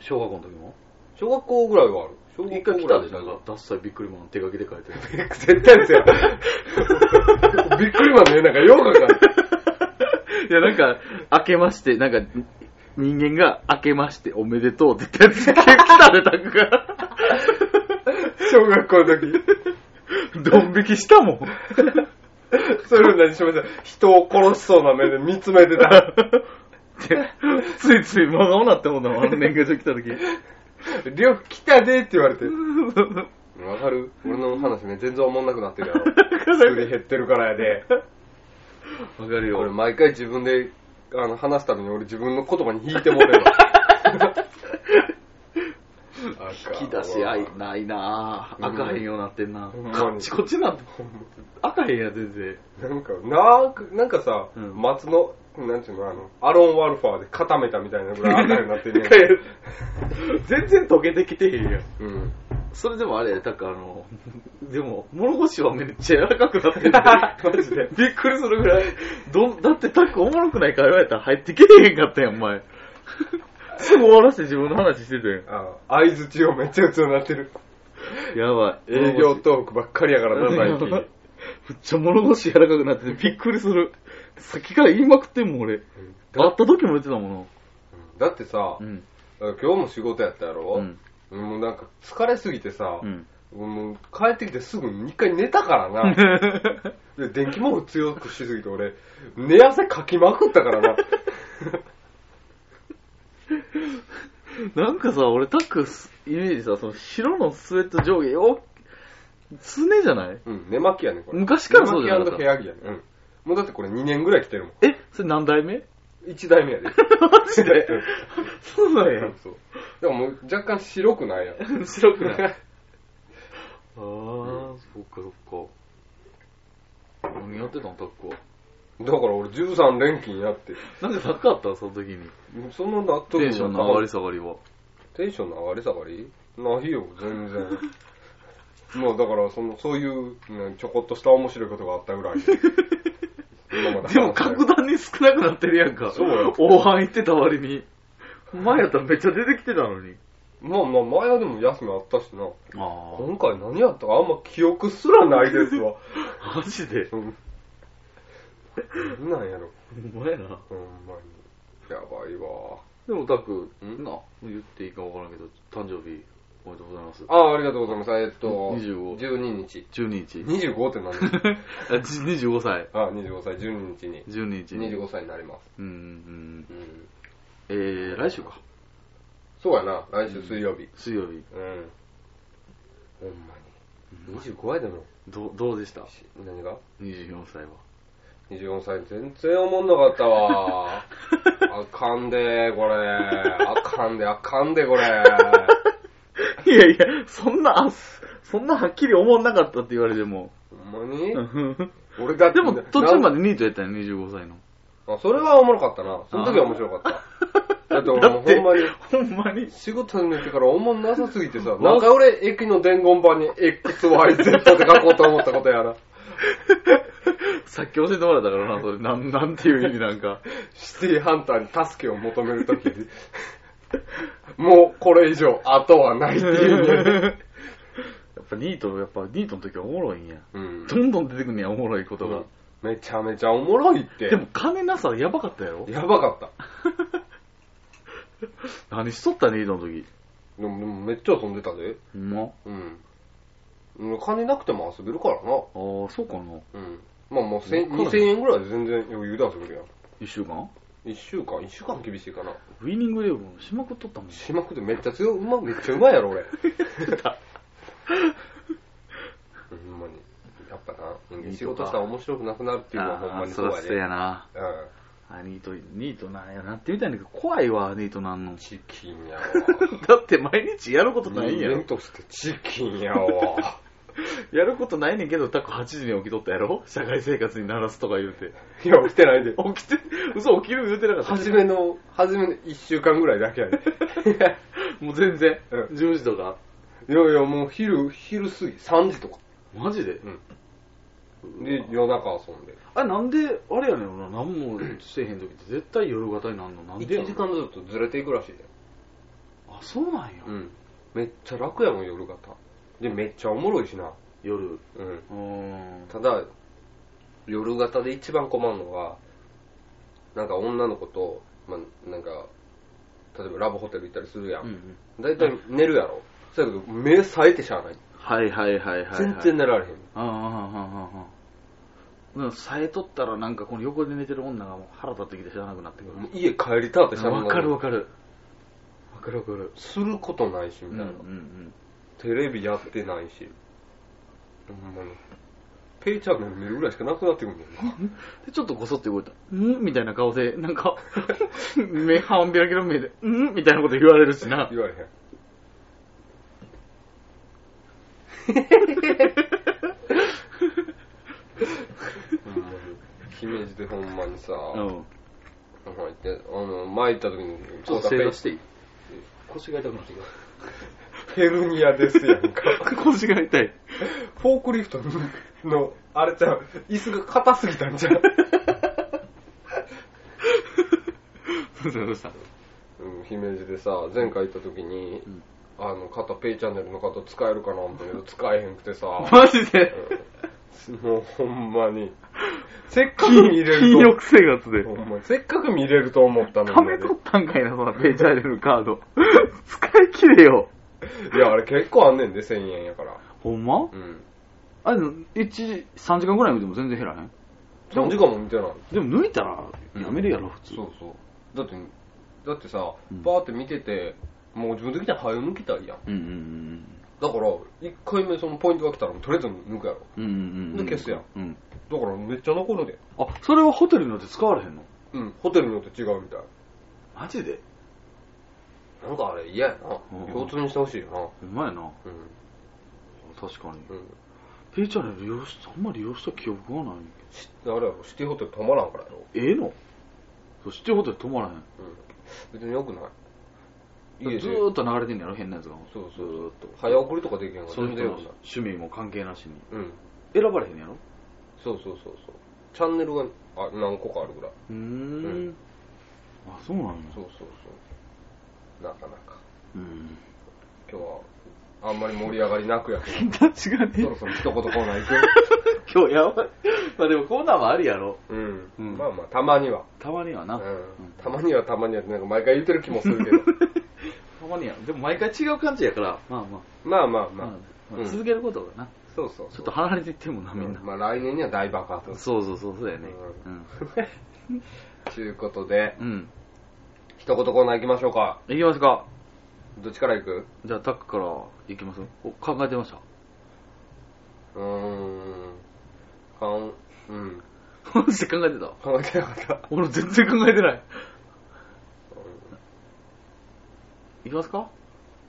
Speaker 2: 小学校の時も。
Speaker 1: 小学校ぐらいはある。小学
Speaker 2: 一
Speaker 1: 校
Speaker 2: 回来
Speaker 1: ぐ
Speaker 2: た
Speaker 1: らい
Speaker 2: でしょ。出したびっくりマン手書きで書いてる。
Speaker 1: 絶対ですよ。 びっくりマンね、なんかようかかる。
Speaker 2: いや、なんか、明けまして、なんか、人間が明けましておめでとうって言ったやつ、来たで、タクが。
Speaker 1: 小学校の時。
Speaker 2: ドン引きしたもん。
Speaker 1: そういうの何しました人を殺しそうな目で見つめて た。
Speaker 2: で ついつい真顔なってもんだもん、あの年賀状来た時。
Speaker 1: りょう来たでって言われて。わかる俺の話ね、全然おもんなくなってるやろ。 作り減ってるからやで。
Speaker 2: わかる
Speaker 1: 俺
Speaker 2: よ。
Speaker 1: 毎回自分で、あの、話すために俺自分の言葉に引いてもらえる
Speaker 2: 引き出し合いないなぁ。
Speaker 1: うん
Speaker 2: 赤へんようになってんな
Speaker 1: ほんまに
Speaker 2: こっちこっちなんて、赤へんや、全然。
Speaker 1: なんか、なんか、なんかさ、
Speaker 2: うん
Speaker 1: 松の、なんちゅうの、あの、アロン・ワルファーで固めたみたいなぐら い赤になってんね
Speaker 2: 赤い 全然溶けてきてへんやん。
Speaker 1: うん。
Speaker 2: それでもあれ、だからあの、でも、物腰はめっちゃ柔らかくなってる
Speaker 1: マジで
Speaker 2: びっくりするぐらい。どんだってタックおもろくない会話やったら入ってけえへんかったやん、お前。すぐ終わらせて自分の話してたや
Speaker 1: あ合図中をめっちゃ打つようになってる。
Speaker 2: ん。やばい。
Speaker 1: 営業トークばっかりやからな、
Speaker 2: 物
Speaker 1: 最
Speaker 2: 腰。
Speaker 1: 近。
Speaker 2: めっちゃ物腰柔らかくなっててびっくりする。さっきから言いまくってんもん、俺。会った時も言ってたもの。
Speaker 1: だってさ、
Speaker 2: うん。
Speaker 1: 今日も仕事やったや
Speaker 2: う
Speaker 1: ろ、
Speaker 2: ん。
Speaker 1: もうなんか疲れすぎてさ、
Speaker 2: うん。
Speaker 1: もう帰ってきてすぐ一回寝たからな。で電気毛布強くしすぎて俺、寝汗かきまくったから な。
Speaker 2: なんかさ、俺タックス、イメージさ、その白のスウェット上下、よ、すねじゃない
Speaker 1: うん、寝巻きやねん、これ。
Speaker 2: 昔からそうじゃな
Speaker 1: 寝巻
Speaker 2: かっ
Speaker 1: き部
Speaker 2: た。
Speaker 1: 屋着やねん。うん。もうだってこれ2年ぐらい着てるもん。
Speaker 2: え、それ何代目
Speaker 1: 1代目 やで。
Speaker 2: マジでそうなんや。
Speaker 1: そう。でももう若干白くないやん。
Speaker 2: 白 くない。あ
Speaker 1: い
Speaker 2: あ、そっかそっか。何やってたの、タックは。
Speaker 1: だから俺13連勤やって。
Speaker 2: なんで高かったその時に。
Speaker 1: その納得
Speaker 2: テンションの上がり下がりは。
Speaker 1: テンションの上がり下がりないよ、全 然。まあだから、その、そういう、ね、ちょこっとした面白いことがあったぐらいで。今ま話
Speaker 2: でも格段に少なくなってるやんか。
Speaker 1: そうや
Speaker 2: 大半行ってた割に。前やったらめっちゃ出てきてたのに。
Speaker 1: まあまあ、前はでも休みあったしな。
Speaker 2: あ
Speaker 1: 今回何やったかあんま記憶すらないですわ。
Speaker 2: あ。マジで。
Speaker 1: うん。なんやろ、
Speaker 2: お前な。
Speaker 1: ほんまに。やばいわ。
Speaker 2: でもタク、
Speaker 1: ん
Speaker 2: な、言っていいかわからんけど、誕生日おめでとうございます。
Speaker 1: ああ、ありがとうございます。えっと、
Speaker 2: 25
Speaker 1: 12日。
Speaker 2: 12日。
Speaker 1: 25って何
Speaker 2: あじ25歳。
Speaker 1: あ、25歳、12日に。
Speaker 2: 12日に。
Speaker 1: 25歳になります。
Speaker 2: うんうん
Speaker 1: うん。
Speaker 2: うん。えー、来週か。
Speaker 1: そうやな、来週水曜日。
Speaker 2: 水曜日。
Speaker 1: うん。ほんまに。25やでも。
Speaker 2: どう、どうでした
Speaker 1: し何が
Speaker 2: ?24 歳は。
Speaker 1: ?24 歳全然おもんなかった わ。あかんで、これ。あかんで、あかんで、これ。
Speaker 2: いやいや、そんな、あそんなはっきり思んなかったって言われても。
Speaker 1: ほんまに
Speaker 2: で
Speaker 1: 俺だって。
Speaker 2: も途中ま
Speaker 1: で。
Speaker 2: でニートやったよ、25歳の。
Speaker 1: あ、それはおもろかったな。その時は面白かった。だって俺もうほんまに。
Speaker 2: ほんまに。
Speaker 1: 仕事始めてからおもんなさすぎてさ、なんか俺、駅の伝言板に XYZ って書こうと思ったことやな。
Speaker 2: さっき教えてもらったからな、それ。なん、なんていう意味なん か。
Speaker 1: シティハンターに助けを求めるときに、 もうこれ以上後はないっていうね。
Speaker 2: やっぱニート、やっぱニートの時はおもろいんや。
Speaker 1: うん。
Speaker 2: どんどん出てくんねや、おもろいことが。
Speaker 1: めちゃめちゃおもろいって。
Speaker 2: でも金なさやばかったやろ
Speaker 1: やばかった。
Speaker 2: 何しとったね、ニートの時。
Speaker 1: でもでもめっちゃ遊んでたで。
Speaker 2: ほんま。あ
Speaker 1: うん。うん金なくても遊べるからな。
Speaker 2: あー、そうかな。
Speaker 1: うん。まあもう千
Speaker 2: わからん
Speaker 1: 2000円ぐらいで全然余裕で遊べるやん。
Speaker 2: 一週間
Speaker 1: 1週間、1週間厳しいかな。
Speaker 2: ウィニングイレブンしまくっとったもん。
Speaker 1: しまくってめっちゃ強い、うま、めっちゃうまいやろ 俺。ほんまに。やっぱな、仕事したら面白くなくなるっていうのはほんまにそうや
Speaker 2: あーそらそう
Speaker 1: で。
Speaker 2: やな。
Speaker 1: うん。
Speaker 2: あニート、ニートなんやなってみたいんだけど、怖いわ、ニートなんの。
Speaker 1: チキンやわ。
Speaker 2: だって毎日やること
Speaker 1: 人
Speaker 2: ないんや
Speaker 1: 間
Speaker 2: ろ。
Speaker 1: としてチキンやわ。
Speaker 2: やることないねんけど、タコ8時に起きとったやろ社会生活にならすとか言うて。
Speaker 1: いや、起きてないで。
Speaker 2: 起きて、嘘起きる言うてなかったっ
Speaker 1: 初
Speaker 2: け。
Speaker 1: めの、初めの1週間ぐらいだけ やで。
Speaker 2: もう全然。
Speaker 1: う
Speaker 2: 10時とか。
Speaker 1: いやいや、もう昼、昼過ぎ、3時とか。
Speaker 2: マジで
Speaker 1: うん。で、夜中遊んで。
Speaker 2: あれなんで、あれやねんな、何もしてへん時って絶対夜型になるの。なんでや
Speaker 1: 1
Speaker 2: ろ
Speaker 1: 時間ずつずれていくらしいで。
Speaker 2: あ、そうなんや。
Speaker 1: うん。めっちゃ楽やもん、夜型。で、めっちゃおもろいしな。
Speaker 2: 夜。う
Speaker 1: うん。
Speaker 2: ーん。
Speaker 1: ただ、夜型で一番困るのは、なんか女の子と、まあ、なんか、例えばラブホテル行ったりするや。
Speaker 2: うんうんん
Speaker 1: 大体寝るやろ。そうやけど、目冴えてしゃあない。
Speaker 2: はいはいはいはいはい。
Speaker 1: 全然寝られへん。
Speaker 2: ああ、ああ、ああ、ああ。でも、さえとったら、なんかこの横で寝てる女がもう腹立ってきて知らなくなってく
Speaker 1: もう
Speaker 2: る。
Speaker 1: 家帰りたってしゃあない。
Speaker 2: わかるわかる。わかるわかる。
Speaker 1: することないし、み
Speaker 2: う
Speaker 1: た
Speaker 2: ん
Speaker 1: いな。
Speaker 2: うん
Speaker 1: テレビやってないし。ほんまに。ペイちゃんの見るぐらいしかなくなってくるんだよな。
Speaker 2: うん。で、ちょっとこそって動いた。んみたいな顔で、なんか、 目半開けの目で、んみたいなこと言われるしな。
Speaker 1: 言われへん。ほんまに。姫路でほんまにさ、
Speaker 2: う
Speaker 1: ほ
Speaker 2: ん。
Speaker 1: んまにって、あの、前行った時に、。
Speaker 2: ちょっと正座してていい腰が痛くなってくる。
Speaker 1: ヘルニアですやんか。
Speaker 2: 腰が痛い。
Speaker 1: フォークリフトの、あれちゃう、椅子が硬すぎたんちゃう。
Speaker 2: どうしたどうした
Speaker 1: うん、姫路でさ、前回行った時に、
Speaker 2: ん
Speaker 1: あの、肩、ペイチャンネルの肩使えるかな思ったけど、使えへんくてさ、
Speaker 2: マジで
Speaker 1: うんもうほんまに。せっかく見れると
Speaker 2: 金欲生活で。
Speaker 1: ほんまにせっかく見れると思ったの
Speaker 2: た
Speaker 1: に、
Speaker 2: め取ったんかいな、そのペイチャーネルカード。使い切れよ。
Speaker 1: いや、あれ結構あんねんで、1000円やから。
Speaker 2: ほんま
Speaker 1: うん。
Speaker 2: あれ、1時、3時間ぐらい見ても全然減らへん。でも
Speaker 1: 何時間も見てない。
Speaker 2: でも抜いたら、やめるやろ、普通。
Speaker 1: そうそう。だって、だってさ
Speaker 2: うん、
Speaker 1: バーって見てて、もう自分的には早抜きたいやん。
Speaker 2: うんうん
Speaker 1: だから、1回目そのポイントが来たら、とりあえず抜くやろ。
Speaker 2: うん。うんうんうん。
Speaker 1: で消すやん。
Speaker 2: うん。
Speaker 1: だからめっちゃ残るで。
Speaker 2: あ、それはホテルによって使われへんの
Speaker 1: うん、ホテルによって違うみたい。
Speaker 2: マジで
Speaker 1: なんかあれ嫌やな
Speaker 2: うん。
Speaker 1: 腰痛にしてほしいよな。
Speaker 2: ほんまやな。
Speaker 1: うん。
Speaker 2: 確かに。
Speaker 1: うん。
Speaker 2: ペイチャーネル利用し、あんまり利用した記憶がない。
Speaker 1: しあれやろ、シティホテル泊まらんからやろ。
Speaker 2: ええのそしてホテル泊まらへん。
Speaker 1: うん。別によくない。家で
Speaker 2: ずーっと流れてんのやろ、変なやつが。
Speaker 1: そうそう
Speaker 2: ずーっと。
Speaker 1: 早送りとかできへんから
Speaker 2: その
Speaker 1: 全
Speaker 2: 人
Speaker 1: 然
Speaker 2: の
Speaker 1: よくない。
Speaker 2: 趣味も関係なしに。
Speaker 1: うん。
Speaker 2: 選ばれへんやろ
Speaker 1: そうそうそうそう。チャンネルがあ何個かあるぐらい。
Speaker 2: うーん。あ、そうなんや。
Speaker 1: そうそうそう。なかなか。
Speaker 2: うん。
Speaker 1: 今日は、あんまり盛り上がりなくやけど、
Speaker 2: 確か
Speaker 1: そろそろ一言コーナー行くよ。
Speaker 2: 今日やばい。まあでもコーナーもあるやろ。
Speaker 1: うん。
Speaker 2: うん
Speaker 1: まあまあ、たまには。
Speaker 2: たまには
Speaker 1: う
Speaker 2: な。
Speaker 1: ん。たまにはたまにはってなんか毎回言ってる気もするけど。
Speaker 2: たまには。でも毎回違う感じやから、まあま
Speaker 1: まあまあ
Speaker 2: あ、
Speaker 1: まあ。
Speaker 2: まあ
Speaker 1: うん
Speaker 2: 続けることがな、
Speaker 1: そうそう
Speaker 2: ち
Speaker 1: そう
Speaker 2: ょっと離れていってもな、みんな。
Speaker 1: まあ来年には大爆発 です。
Speaker 2: そうそうそう、そうやね。
Speaker 1: う
Speaker 2: うん。
Speaker 1: ということで、
Speaker 2: うん。
Speaker 1: 一言コーナー行きましょうか。
Speaker 2: いきますか。
Speaker 1: どっちから行く
Speaker 2: じゃあタックからいきますお考えてました。
Speaker 1: うーん。かん、うん。
Speaker 2: マジで考えてた
Speaker 1: 考えてなかった。
Speaker 2: 俺全然考えてない。いきますか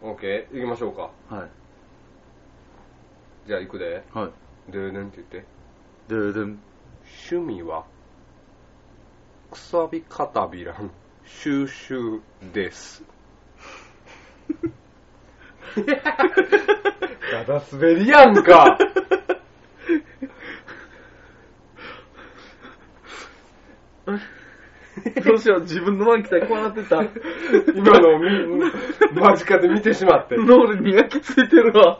Speaker 1: オッケー行きましょうか。
Speaker 2: はい。
Speaker 1: じゃあ行くで。
Speaker 2: はい。
Speaker 1: でーねんって言って。
Speaker 2: ででん。
Speaker 1: 趣味は、くさびかたびらん、収集です。だだ滑りやんか
Speaker 2: どうしよう、自分の前来たらこうなって た。
Speaker 1: 今のをみ間近で見てしまって。
Speaker 2: 脳裏に焼きついてるわ。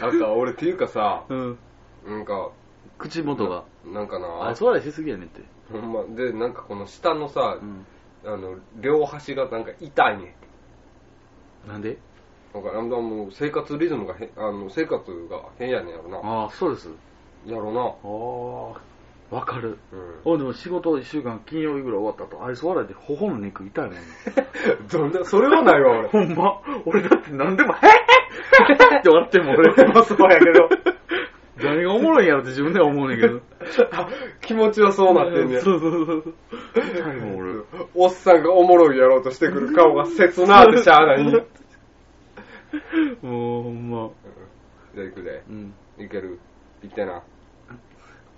Speaker 1: なんか俺っていうかさ、
Speaker 2: うん。
Speaker 1: なんか、
Speaker 2: 口元が。
Speaker 1: なんかな
Speaker 2: あ、、そうだしすぎやねんって。
Speaker 1: ほんま、で、なんかこの下のさ
Speaker 2: う、ん。
Speaker 1: あの、両端がなんか痛いねん。
Speaker 2: なんで
Speaker 1: なんか、あの、もう生活リズムが変、あの、生活が変やねんやろな。
Speaker 2: ああ、そうです。
Speaker 1: やろ
Speaker 2: ああ、わかる。
Speaker 1: な。う ん。
Speaker 2: おでも仕事一週間金曜日ぐらい終わった後、あいつ笑いで頬の肉痛いもんね。
Speaker 1: そんな、それはないわ、俺。
Speaker 2: ほん ま、俺だって何でも、へっへっへっへっって笑ってんもん、俺。
Speaker 1: 俺もそうやけど。
Speaker 2: 何がおもろいんやろって自分では思うねんけど。
Speaker 1: 気持ちはそうなってんねや。
Speaker 2: そうそうそうそう。痛いもん俺。
Speaker 1: おっさんがおもろいやろうとしてくる顔が切なってしゃあ ない。じゃ
Speaker 2: もうほんま。
Speaker 1: あ行くで。
Speaker 2: うん。
Speaker 1: いける。行ってな。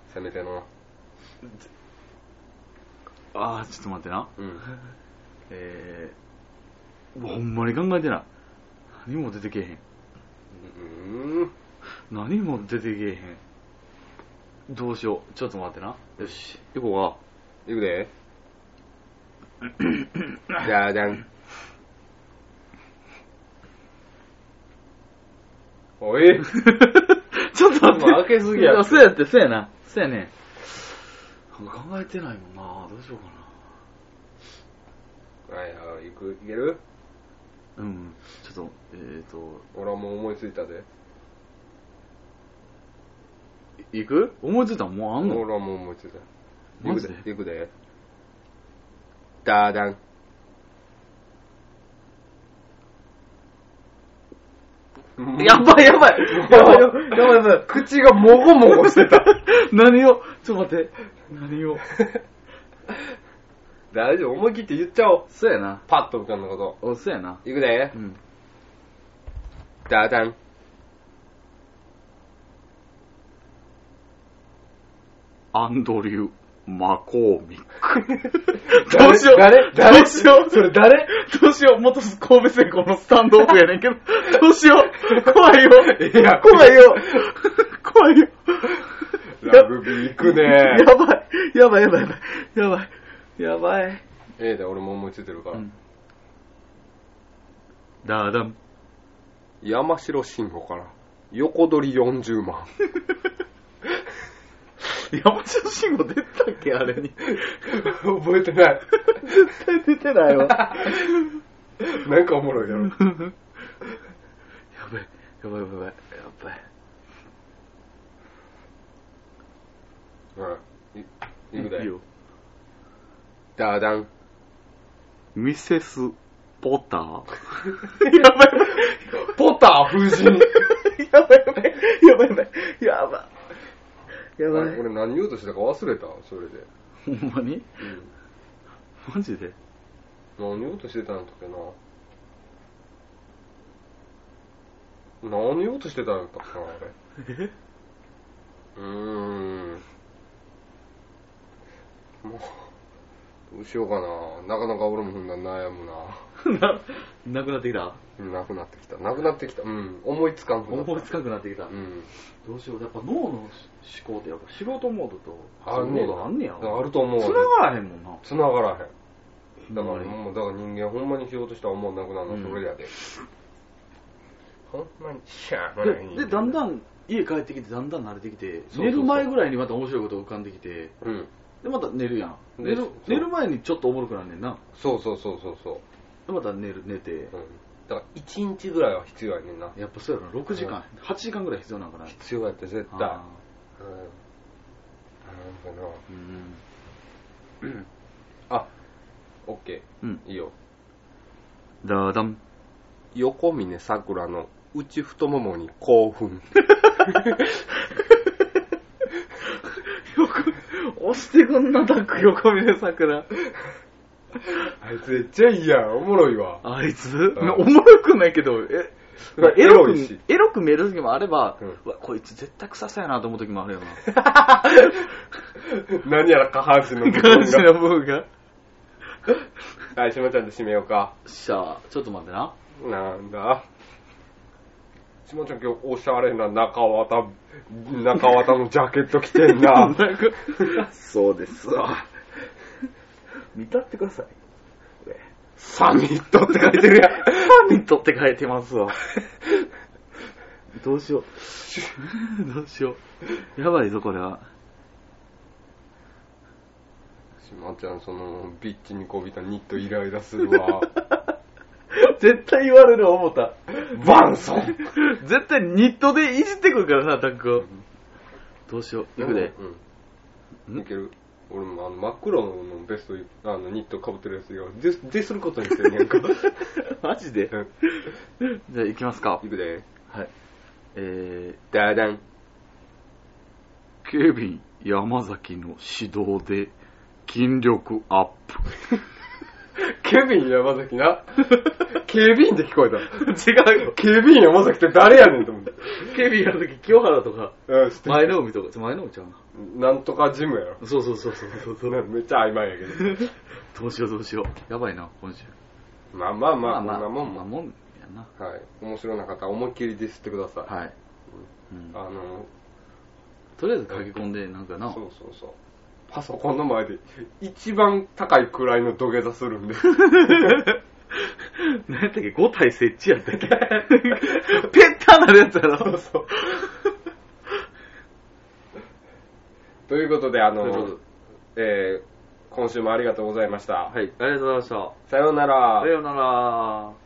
Speaker 1: せめての。
Speaker 2: ああ、ちょっと待ってな。
Speaker 1: うん。
Speaker 2: えー、ほんまに考えてない。何も出てけえへん。
Speaker 1: うん。
Speaker 2: 何も出てけえへん。どうしよう。ちょっと待ってな。よし。行 こ
Speaker 1: 行くで。じゃあじゃん。おい。
Speaker 2: うか。ちょっと
Speaker 1: も
Speaker 2: 待って。
Speaker 1: う開けすぎや
Speaker 2: いそうやって、そうやな。そうやね。なんか考えてないもんな。どうしようか
Speaker 1: はいはい、行く、行ける
Speaker 2: な。うん。ちょっと、えっ、ー、と、
Speaker 1: 俺はもう思いついたで。
Speaker 2: い行く思いついたのもうあんの
Speaker 1: 俺はもう思いついた。行
Speaker 2: マ
Speaker 1: く
Speaker 2: ジで
Speaker 1: 行くで。ダーダン。
Speaker 2: やばいやばい やばいやばいやばいやばい
Speaker 1: 口がもごもごしてた。
Speaker 2: 何をちょっと待って。何を
Speaker 1: 大丈夫、思い切って言っちゃおう。
Speaker 2: そうやな。
Speaker 1: パッと浮かんだこと。
Speaker 2: お、そうやな。
Speaker 1: 行くで
Speaker 2: う。ん。
Speaker 1: ダーダン。
Speaker 2: アンドリュー・マコーミック。
Speaker 1: 誰
Speaker 2: どうしよう。
Speaker 1: 誰誰
Speaker 2: どうしよう。
Speaker 1: それ誰
Speaker 2: どうしよう。元神戸製鋼のスタンドオフやねんけど。どうしよう。怖いよ。
Speaker 1: いや
Speaker 2: 怖いよ。怖いよ。
Speaker 1: ラグビー行くね
Speaker 2: やばい。やばいやばいやばい。やばい。やばい。
Speaker 1: ええで、俺も思いついてるから。
Speaker 2: だだん。
Speaker 1: 山城慎吾から、横取り40万。
Speaker 2: 山下慎吾出てたっけあれに。
Speaker 1: 覚えてない。
Speaker 2: 絶対出てない わ。
Speaker 1: なんかおもろいだろ。
Speaker 2: やばい、やばい、やばい、やばい。
Speaker 1: うん。い行くで。
Speaker 2: よ。
Speaker 1: ダーダン。
Speaker 2: ミセス・ポター。やばい、
Speaker 1: ポター夫人。
Speaker 2: やばい、やばい、やばい、やばい、やばい。やばい。
Speaker 1: 俺何言おうとしたか忘れたそれで。
Speaker 2: ほんまにマジで
Speaker 1: 何言おうとしてたんだっけな。何言おうとしてたんだったかな、あれ。
Speaker 2: え
Speaker 1: うーん。もう、どうしようかな。なかなか俺もふんだら悩むな。
Speaker 2: な、なくなってきた
Speaker 1: なくなってきた。なくなってきた。うん。思いつかんくなった。
Speaker 2: 思いつかなくなってきた
Speaker 1: う。ん。
Speaker 2: どうしよう。やっぱ脳の思考ってやっぱ素人モードと
Speaker 1: ある
Speaker 2: モ
Speaker 1: ね
Speaker 2: ードあんねや。
Speaker 1: あると思う
Speaker 2: 繋がらへんもんな。
Speaker 1: 繋がらへん。だから、
Speaker 2: ほんまに
Speaker 1: もう、だから人間ほんまにしようとしたら思わなくなる
Speaker 2: うん
Speaker 1: の、それやで。ほんまにしゃあない。
Speaker 2: ででだんだん家帰ってきてだんだん慣れてき
Speaker 1: そ
Speaker 2: て
Speaker 1: うそうそう
Speaker 2: 寝る前ぐらいにまた面白いこと浮かんできて
Speaker 1: うん。
Speaker 2: でまた寝るやん
Speaker 1: で
Speaker 2: 寝
Speaker 1: そ
Speaker 2: る
Speaker 1: う
Speaker 2: 寝る前にちょっとおもろくなんねんな
Speaker 1: そうそうそうそうそう。
Speaker 2: でまた寝る寝て
Speaker 1: うん。だから、一日ぐらいは必要やねんな。
Speaker 2: やっぱそうやろ6時間、8時間ぐらい必要なんかな
Speaker 1: 必要やって、絶対。うん。なん
Speaker 2: あ
Speaker 1: かな。
Speaker 2: ーうん
Speaker 1: あ、オッケ
Speaker 2: うん
Speaker 1: ー。いいよ。
Speaker 2: だだん
Speaker 1: 横峰さくらの内太ももに興奮。
Speaker 2: 押してくんなタック横峰さくら
Speaker 1: あいつめっちゃいいやん。おもろいわ。
Speaker 2: あいつ、
Speaker 1: ん
Speaker 2: おもろくないけどえ
Speaker 1: うん
Speaker 2: エロ
Speaker 1: エロ
Speaker 2: く
Speaker 1: いし
Speaker 2: エロく見える時もあれば、
Speaker 1: うん
Speaker 2: うわこいつ絶対臭そうやなと思う時もあるよな
Speaker 1: 何やら下半身の部分
Speaker 2: 感 じの
Speaker 1: が。
Speaker 2: 部分が
Speaker 1: はい、しまちゃんで締めようか。
Speaker 2: しゃあちょっと待ってな
Speaker 1: なんだ。しまちゃん今日おしゃれな中綿、中綿のジャケット着てん な。
Speaker 2: そうですわ。見たってください。
Speaker 1: サミットって書いてるやん。
Speaker 2: サミットって書いてますわ。どうしよ う。どうしよう。やばいぞ、これは。
Speaker 1: しまちゃんそのビッチにこびたニットイライラするわ。
Speaker 2: 絶対言われる思った。
Speaker 1: バンソン
Speaker 2: 絶対ニットでいじってくるからな、タックを。どうしよう。行くで。
Speaker 1: うん。
Speaker 2: ん
Speaker 1: いける俺もあの真っ黒のベスト、あのニット被ってるやつが、で、ですることにしてんね やんか。
Speaker 2: マジで
Speaker 1: うん
Speaker 2: じゃあ行きますか
Speaker 1: い。くで。
Speaker 2: はい。えー、
Speaker 1: ダダン。
Speaker 2: 警備員山崎の指導で筋力アップ。
Speaker 1: ケビン山崎な。警備員って聞こえた。
Speaker 2: 違うよ。
Speaker 1: 警備員山崎って誰やねんと思って。
Speaker 2: 警備員の時、清原とか、
Speaker 1: うん、知ってる
Speaker 2: 前の海とか、前の海ちゃうな。
Speaker 1: なんとかジムやろ。
Speaker 2: そうそうそうそうそうそう。
Speaker 1: めっちゃ曖昧やけ ど。
Speaker 2: どうしようどうしよう。やばいな、今週。
Speaker 1: まあまあまあ、こんなもん
Speaker 2: まあ
Speaker 1: も。
Speaker 2: もんやな。
Speaker 1: はい。面白な方、思いっきりディスってください。
Speaker 2: はい。うん
Speaker 1: あの、
Speaker 2: とりあえず駆け込んで、なんかな。
Speaker 1: そうそうそう。パソコンの前で一番高い位の土下座するんで。
Speaker 2: 何やったっけ ?5 体設置やったっ けぺったなるやつやろ。
Speaker 1: そうそう。ということで、あ
Speaker 2: というこ
Speaker 1: の
Speaker 2: と、
Speaker 1: えー今週もありがとうございました。
Speaker 2: はい、ありがとうございました。
Speaker 1: さようなら。
Speaker 2: さようなら。